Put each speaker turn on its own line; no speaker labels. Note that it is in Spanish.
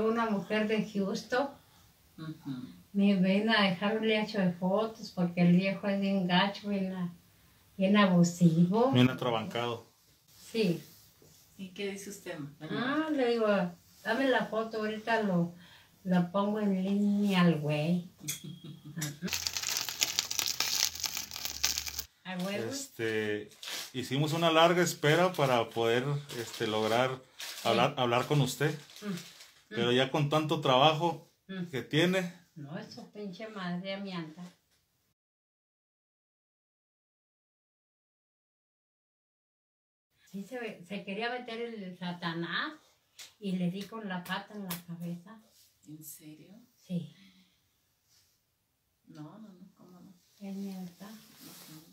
una mujer de Houston.
Ujú.
Me ven a dejar un lecho de fotos porque el viejo es bien gacho, bien, a- bien abusivo.
Bien atrabancado.
Sí.
¿Y qué dice usted? María?
Ah, le digo, dame la foto, ahorita lo, la pongo en línea al güey. Al güey,
Este, hicimos una larga espera para poder este, lograr hablar, hablar con usted. Pero ya con tanto trabajo
Mm.
que tiene,
No, eso pinche madre amianta. Sí, se, se quería meter el satanás y le di con la pata en la cabeza.
¿En serio?
Sí,
No, no, no, ¿cómo no?
qué mierda.
Ujú.